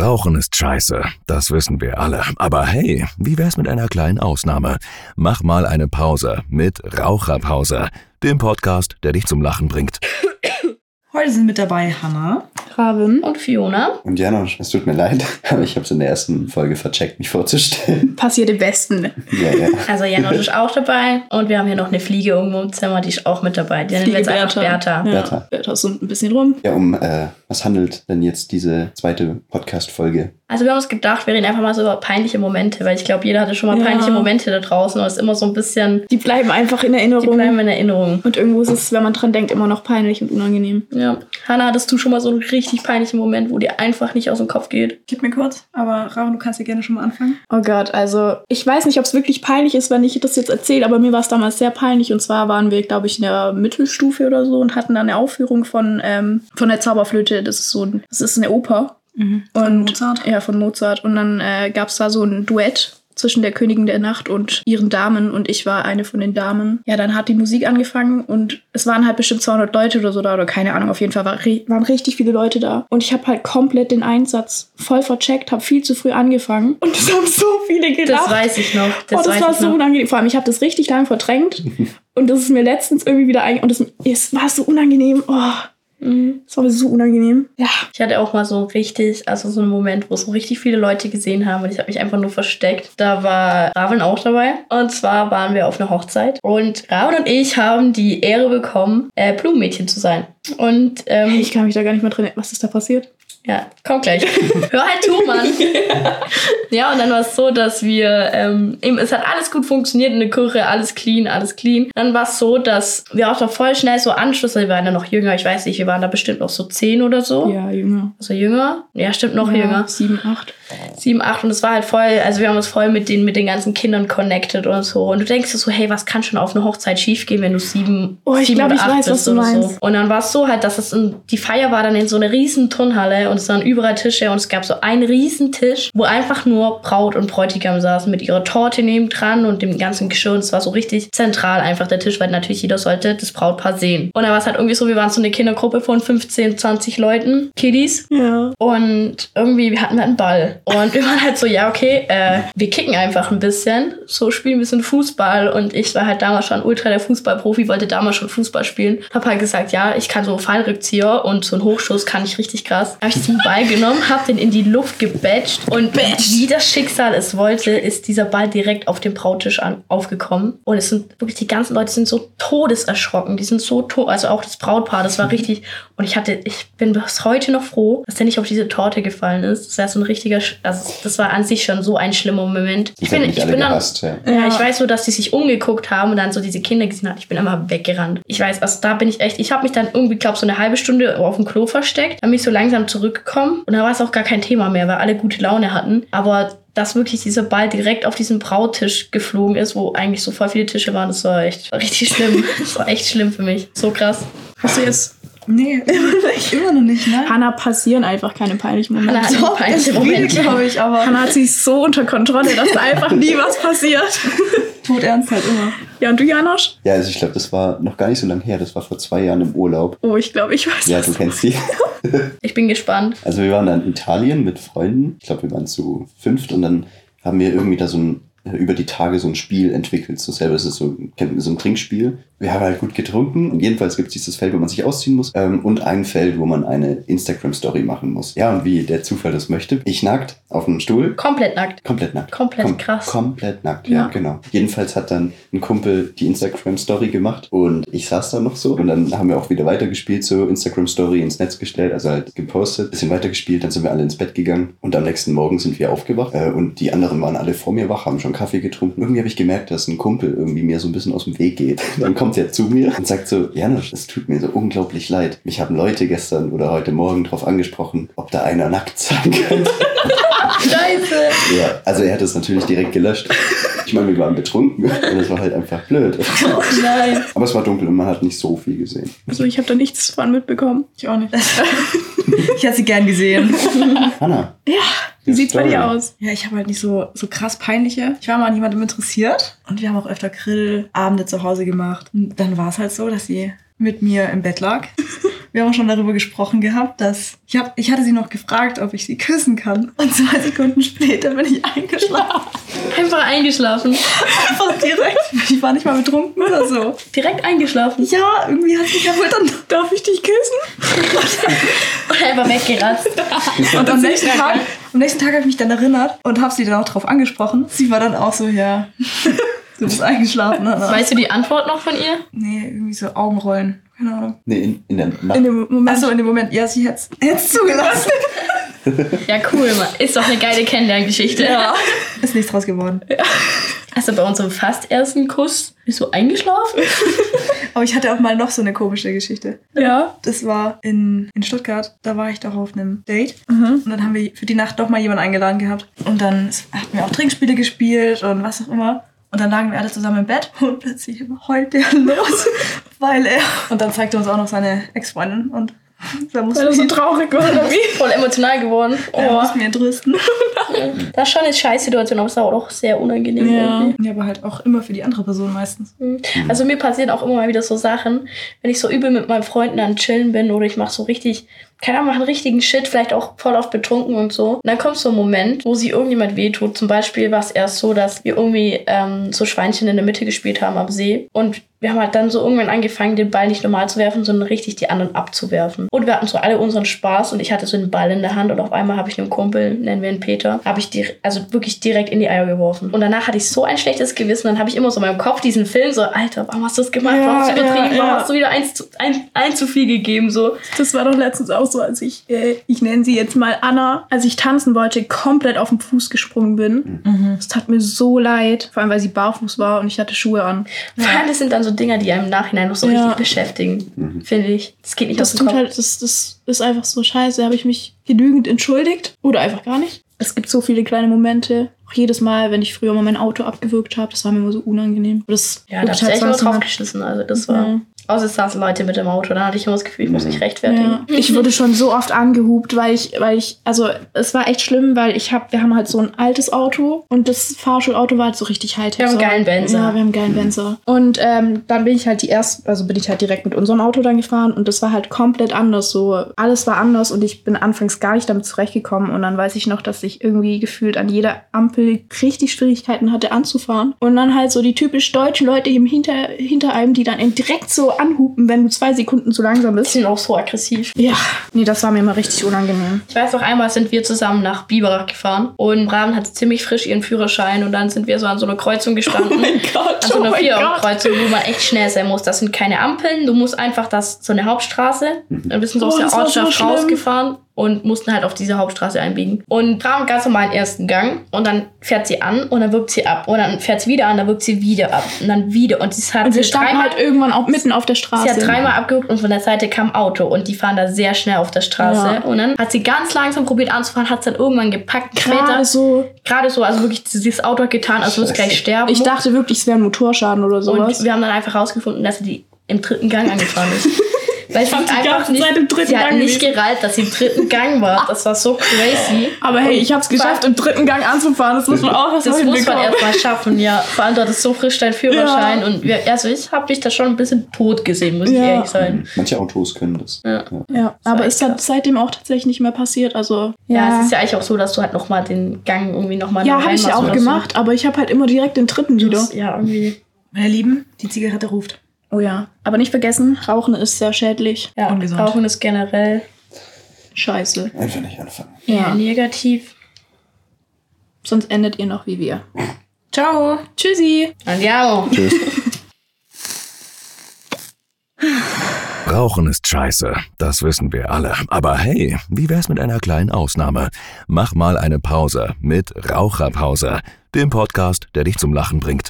Rauchen ist scheiße, das wissen wir alle. Aber hey, wie wär's mit einer kleinen Ausnahme? Mach mal eine Pause mit Raucherpause, dem Podcast, der dich zum Lachen bringt. Heute sind mit dabei Hanna. Raven. Und Fiona. Und Janosch, es tut mir leid, aber ich habe es in der ersten Folge vercheckt, mich vorzustellen. Passiert im Besten. Ja, ja. Also Janosch ist auch dabei. Und wir haben hier noch eine Fliege irgendwo im Zimmer, die ist auch mit dabei. Die nennen wir jetzt einfach Bertha. Ja. Bertha. Bertha summt ein bisschen rum. Ja, um äh, was handelt denn jetzt diese zweite Podcast-Folge? Also wir haben uns gedacht, wir reden einfach mal so über peinliche Momente, weil ich glaube, jeder hatte schon mal Ja. peinliche Momente da draußen. Und es ist immer so ein bisschen, Die bleiben einfach in die Erinnerung. bleiben in Erinnerung. und irgendwo ist es, wenn man dran denkt, immer noch peinlich und unangenehm. Ja. Hanna, hattest du schon mal so einen richtig peinlichen Moment, wo dir einfach nicht aus dem Kopf geht? Gib mir kurz, aber Raven, du kannst ja gerne schon mal anfangen. Oh Gott, also ich weiß nicht, ob es wirklich peinlich ist, wenn ich das jetzt erzähle, aber mir war es damals sehr peinlich. Und zwar waren wir, glaube ich, in der Mittelstufe oder so und hatten da eine Aufführung von, ähm, von der Zauberflöte. Das ist so ein, das ist eine Oper. Von Mozart. Ja, von Mozart. Und dann äh, gab es da so ein Duett zwischen der Königin der Nacht und ihren Damen und ich war eine von den Damen. Ja, dann hat die Musik angefangen und es waren halt bestimmt 200 Leute oder so da oder keine Ahnung. Auf jeden Fall war, ri- waren richtig viele Leute da und ich habe halt komplett den Einsatz voll vercheckt, habe viel zu früh angefangen und es haben so viele Das gedacht. weiß ich noch. Das, oh, weiß das war ich so noch. unangenehm. Vor allem, ich habe das richtig lange verdrängt und das ist mir letztens irgendwie wieder einge... Und das, es war so unangenehm. Oh, Mhm. es war mir so unangenehm. Ja. Ich hatte auch mal so richtig, also so einen Moment, wo so richtig viele Leute gesehen haben und ich habe mich einfach nur versteckt. Da war Raven auch dabei. Und zwar waren wir auf einer Hochzeit. Und Raven und ich haben die Ehre bekommen, äh, Blumenmädchen zu sein. Und ähm, Ich kann mich da gar nicht mehr drin... Was ist da passiert? ja, komm gleich. Hör halt zu, Mann. ja, und dann war es so, dass wir, ähm, eben, es hat alles gut funktioniert in der Küche, alles clean, alles clean. Dann war es so, dass wir auch da voll schnell so Anschlüsse, wir waren ja noch jünger, ich weiß nicht, wir waren da bestimmt noch so zehn oder so. Ja, jünger. Also jünger? Ja, stimmt, noch ja, jünger. Sieben, acht. sieben, acht und es war halt voll, also wir haben uns voll mit den, mit den ganzen Kindern connected und so. Und du denkst dir so, hey, was kann schon auf einer Hochzeit schiefgehen, wenn du sieben, Oh, ich sieben glaub, oder ich acht weiß, was bist du oder so. meinst. Und dann war es so halt, dass es in, die Feier war dann in so einer riesen Turnhalle und es waren überall Tische und es gab so einen riesen Tisch, wo einfach nur Braut und Bräutigam saßen mit ihrer Torte nebendran und dem ganzen Geschirr und es war so richtig zentral einfach der Tisch, weil natürlich jeder sollte das Brautpaar sehen. Und dann war es halt irgendwie so, wir waren so eine Kindergruppe von 15, 20 Leuten, Kiddies Ja. und irgendwie hatten wir einen Ball. Und wir waren halt so, ja, okay, äh, wir kicken einfach ein bisschen, so spielen ein bisschen Fußball. Und ich war halt damals schon ultra der Fußballprofi, wollte damals schon Fußball spielen. Hab halt gesagt, ja, ich kann so Fallrückzieher und so einen Hochschuss kann ich richtig krass. Hab ich diesen Ball genommen, hab den in die Luft gebatcht. Und wie das Schicksal es wollte, ist dieser Ball direkt auf dem Brautisch an, aufgekommen. Und es sind wirklich, die ganzen Leute sind so todeserschrocken. Die sind so tot, also auch das Brautpaar, das war richtig. Und ich hatte, ich bin bis heute noch froh, dass der nicht auf diese Torte gefallen ist. Das war so ein richtiger, Sch- also das war an sich schon so ein schlimmer Moment. Die Ich bin, hätten mich ich alle bin dann, gehasst, ja. ja, ich weiß so, dass die sich umgeguckt haben und dann so diese Kinder gesehen hat. Ich bin einmal weggerannt. Ich weiß, also da bin ich echt, ich habe mich dann irgendwie, glaube so eine halbe Stunde auf dem Klo versteckt, dann bin ich so langsam zurückgekommen und da war es auch gar kein Thema mehr, weil alle gute Laune hatten. Aber dass wirklich dieser Ball direkt auf diesen Brautisch geflogen ist, wo eigentlich so voll viele Tische waren, das war echt war richtig schlimm. das war echt schlimm für mich. So krass. Hast du jetzt? Nee, immer noch nicht, ne? Oh, Hanna passieren einfach keine peinlichen Momente. Hanna- Doch, ganz Peinliche viele, Momente. glaube ich, aber Hanna hat sich so unter Kontrolle, dass da einfach nie was passiert. tot ernst halt immer. Ja, und du, Janosch? ja, also ich glaube, das war noch gar nicht so lange her, das war vor zwei Jahren im Urlaub. Oh, ich glaube, ich weiß Ja, was. du kennst die. Ich bin gespannt. Also wir waren dann in Italien mit Freunden. Ich glaube, wir waren zu fünft und dann haben wir irgendwie da so ein über die Tage so ein Spiel entwickelt. So selber ist es so, ein- so ein Trinkspiel. Wir haben halt gut getrunken und jedenfalls gibt es dieses Feld, wo man sich ausziehen muss ähm, und ein Feld, wo man eine Instagram-Story machen muss. Ja, und wie der Zufall das möchte. Ich nackt auf dem Stuhl, Komplett nackt. Komplett nackt. Komplett krass. Komplett nackt, ja, Ja. genau. Jedenfalls hat dann ein Kumpel die Instagram-Story gemacht und ich saß da noch so und dann haben wir auch wieder weitergespielt, so Instagram-Story ins Netz gestellt, also halt gepostet, bisschen weitergespielt, dann sind wir alle ins Bett gegangen und am nächsten Morgen sind wir aufgewacht äh, und die anderen waren alle vor mir wach, haben schon Kaffee getrunken. Irgendwie habe ich gemerkt, dass ein Kumpel irgendwie mir so ein bisschen aus dem Weg geht. Dann kommt er zu mir und sagt so, Janosch, es tut mir so unglaublich leid. Mich haben Leute gestern oder heute Morgen drauf angesprochen, ob da einer nackt sein könnte. Scheiße. Ja, also er hat es natürlich direkt gelöscht. Ich meine, wir waren betrunken und es war halt einfach blöd. Nein. Aber es war dunkel und man hat nicht so viel gesehen. Also, ich habe da nichts von mitbekommen. Ich auch nicht. ich hätte sie gern gesehen. Hanna. Ja, wie Ja, sieht's bei sorry. dir aus? Ja, ich habe halt nicht so, so krass peinliche. Ich war mal an jemandem interessiert und wir haben auch öfter Grillabende zu Hause gemacht. Und dann war es halt so, dass sie mit mir im Bett lag. Wir haben auch schon darüber gesprochen gehabt, dass ich, hab, ich hatte sie noch gefragt, ob ich sie küssen kann. Und zwei Sekunden später bin ich eingeschlafen. Einfach eingeschlafen. Einfach direkt. Ich war nicht mal betrunken oder so. Direkt eingeschlafen. Ja, irgendwie hat sich ja wohl dann, darf ich dich küssen? Und einfach weggeratzt. Und am nächsten Tag, am nächsten Tag habe ich mich dann erinnert und habe sie dann auch drauf angesprochen. Sie war dann auch so, ja, du bist eingeschlafen. Anna. Weißt du die Antwort noch von ihr? Nee, irgendwie so Augenrollen. Keine Ahnung. Nee, in, in der Nacht. In dem Moment. Achso, in dem Moment. Ja, sie hätte es zugelassen. Ja, cool. Mann. Ist doch eine geile Kennenlerngeschichte. Ist nichts draus geworden. Also bei unserem fast ersten Kuss bist du eingeschlafen? Aber ich hatte auch mal noch so eine komische Geschichte. Ja. Das war in, in Stuttgart. Da war ich doch auf einem Date. Mhm. Und dann haben wir für die Nacht doch mal jemanden eingeladen gehabt. Und dann s- hatten wir auch Trinkspiele gespielt und was auch immer. Und dann lagen wir alle zusammen im Bett und plötzlich heult der los, weil er. Und dann zeigte er uns auch noch seine Ex-Freundin und da mussten Weil er so wir, traurig war. oder wie? Voll emotional geworden. da Oh. mussten wir trösten. Das ist schon eine Scheißsituation, aber es ist auch sehr unangenehm irgendwie. ja, aber halt auch immer für die andere Person meistens. Also mir passieren auch immer mal wieder so Sachen, wenn ich so übel mit meinen Freunden an Chillen bin oder ich mache so richtig, keine Ahnung, mache einen richtigen Shit, vielleicht auch voll auf betrunken und so. Und dann kommt so ein Moment, wo sie irgendjemand wehtut. Zum Beispiel war es erst so, dass wir irgendwie ähm, so Schweinchen in der Mitte gespielt haben am See und wir haben halt dann so irgendwann angefangen, den Ball nicht normal zu werfen, sondern richtig die anderen abzuwerfen. Und wir hatten so alle unseren Spaß und ich hatte so den Ball in der Hand und auf einmal habe ich einen Kumpel, nennen wir ihn Peter, habe ich dir also wirklich direkt in die Eier geworfen. Und danach hatte ich so ein schlechtes Gewissen, dann habe ich immer so in meinem Kopf diesen Film so, Alter, warum hast du das gemacht? Ja, warum hast du übertrieben? ja, Warum ja. hast du wieder eins zu, ein, ein zu viel gegeben? So. Das war doch letztens auch so, als ich, äh, ich nenne sie jetzt mal Anna, als ich tanzen wollte, komplett auf den Fuß gesprungen bin. Das tat mir so leid. Vor allem, weil sie barfuß war und ich hatte Schuhe an. Vor allem, das sind dann so Dinger, die einem im Nachhinein noch so Ja. richtig beschäftigen, Mhm. finde ich. Das geht nicht Das aus dem tut Kopf. halt, das, das ist einfach so scheiße. Habe ich mich genügend entschuldigt oder einfach gar nicht? Es gibt so viele kleine Momente. Auch jedes Mal, wenn ich früher mal mein Auto abgewürgt habe, das war mir immer so unangenehm. Aber Das ja, da juckt hab ich echt immer sonst niemand. draufgeschissen. Also das war... halt Ja. Außer es saßen Leute mit dem Auto, dann hatte ich immer das Gefühl, ich muss mich rechtfertigen. Mhm. Ja. Ich wurde schon so oft angehupt, weil ich, weil ich, also es war echt schlimm, weil ich habe, wir haben halt so ein altes Auto und das Fahrschulauto war halt so richtig Hightech. Wir haben so. einen geilen Benzer. Ja, wir haben einen geilen Benzer. Und ähm, dann bin ich halt die erste, also bin ich halt direkt mit unserem Auto dann gefahren und das war halt komplett anders. So alles war anders und ich bin anfangs gar nicht damit zurechtgekommen und dann weiß ich noch, dass ich irgendwie gefühlt an jeder Ampel richtig Schwierigkeiten hatte anzufahren und dann halt so die typisch deutschen Leute im hinter hinter einem, die dann eben direkt so anhupen, wenn du zwei Sekunden zu langsam Die bist. sind auch so aggressiv. Ja, nee, das war mir immer richtig unangenehm. Ich weiß noch einmal sind wir zusammen nach Biberach gefahren und Rahmen hatte ziemlich frisch ihren Führerschein und dann sind wir so an so einer Kreuzung gestanden. Oh Gott, an so einer Viererkreuzung, wo man echt schnell sein muss. Das sind keine Ampeln, du musst einfach das so eine Hauptstraße. Dann bist du so Oh, aus der das war so Ortschaft schlimm. rausgefahren und mussten halt auf diese Hauptstraße einbiegen. Und Rahmen ganz normal den ersten Gang und dann fährt sie an und dann wirkt sie ab und dann fährt sie wieder an, dann wirkt sie wieder ab und dann wieder und sie hat Und wir sie standen dreimal halt irgendwann auch mitten auf der Sie Straße. hat dreimal abgeguckt und von der Seite kam ein Auto und die fahren da sehr schnell auf der Straße. Ja. Und dann hat sie ganz langsam probiert anzufahren, hat es dann irgendwann gepackt. Gerade Später, so. gerade so, also wirklich dieses Auto hat getan, als würde es gleich sterben. Ich dachte wirklich, es wäre ein Motorschaden oder sowas. und wir haben dann einfach rausgefunden, dass sie die im dritten Gang angefahren ist. Weil sie die einfach ganze nicht, Zeit im dritten sie hat Gang nicht gerallt, dass sie im dritten Gang war. Das war so crazy. aber hey, ich hab's geschafft, im dritten Gang anzufahren. Das muss man auch erst mal Das muss man hinbekommen. erstmal schaffen, ja. Vor allem, du hattest so frisch deinen Führerschein. Und wir, also ich habe dich da schon ein bisschen tot gesehen, muss ich Ja. ehrlich sein. Manche Autos können das. Ja. Ja, aber es hat seitdem auch tatsächlich nicht mehr passiert. Also, Ja, es ist ja eigentlich auch so, dass du halt nochmal den Gang irgendwie nochmal ja, habe ich ja auch gemacht, aber ich habe halt immer direkt den dritten wieder. Ja, irgendwie. Meine Lieben, die Zigarette ruft. Oh ja. Aber nicht vergessen, Rauchen ist sehr schädlich. Ja, Ungesund. Rauchen ist generell Scheiße. Einfach nicht anfangen. eher negativ. Sonst endet ihr noch wie wir. Ciao. Tschüssi. Andiamo. Tschüss. Rauchen ist scheiße, das wissen wir alle. Aber hey, wie wär's mit einer kleinen Ausnahme? Mach mal eine Pause mit Raucherpause, dem Podcast, der dich zum Lachen bringt.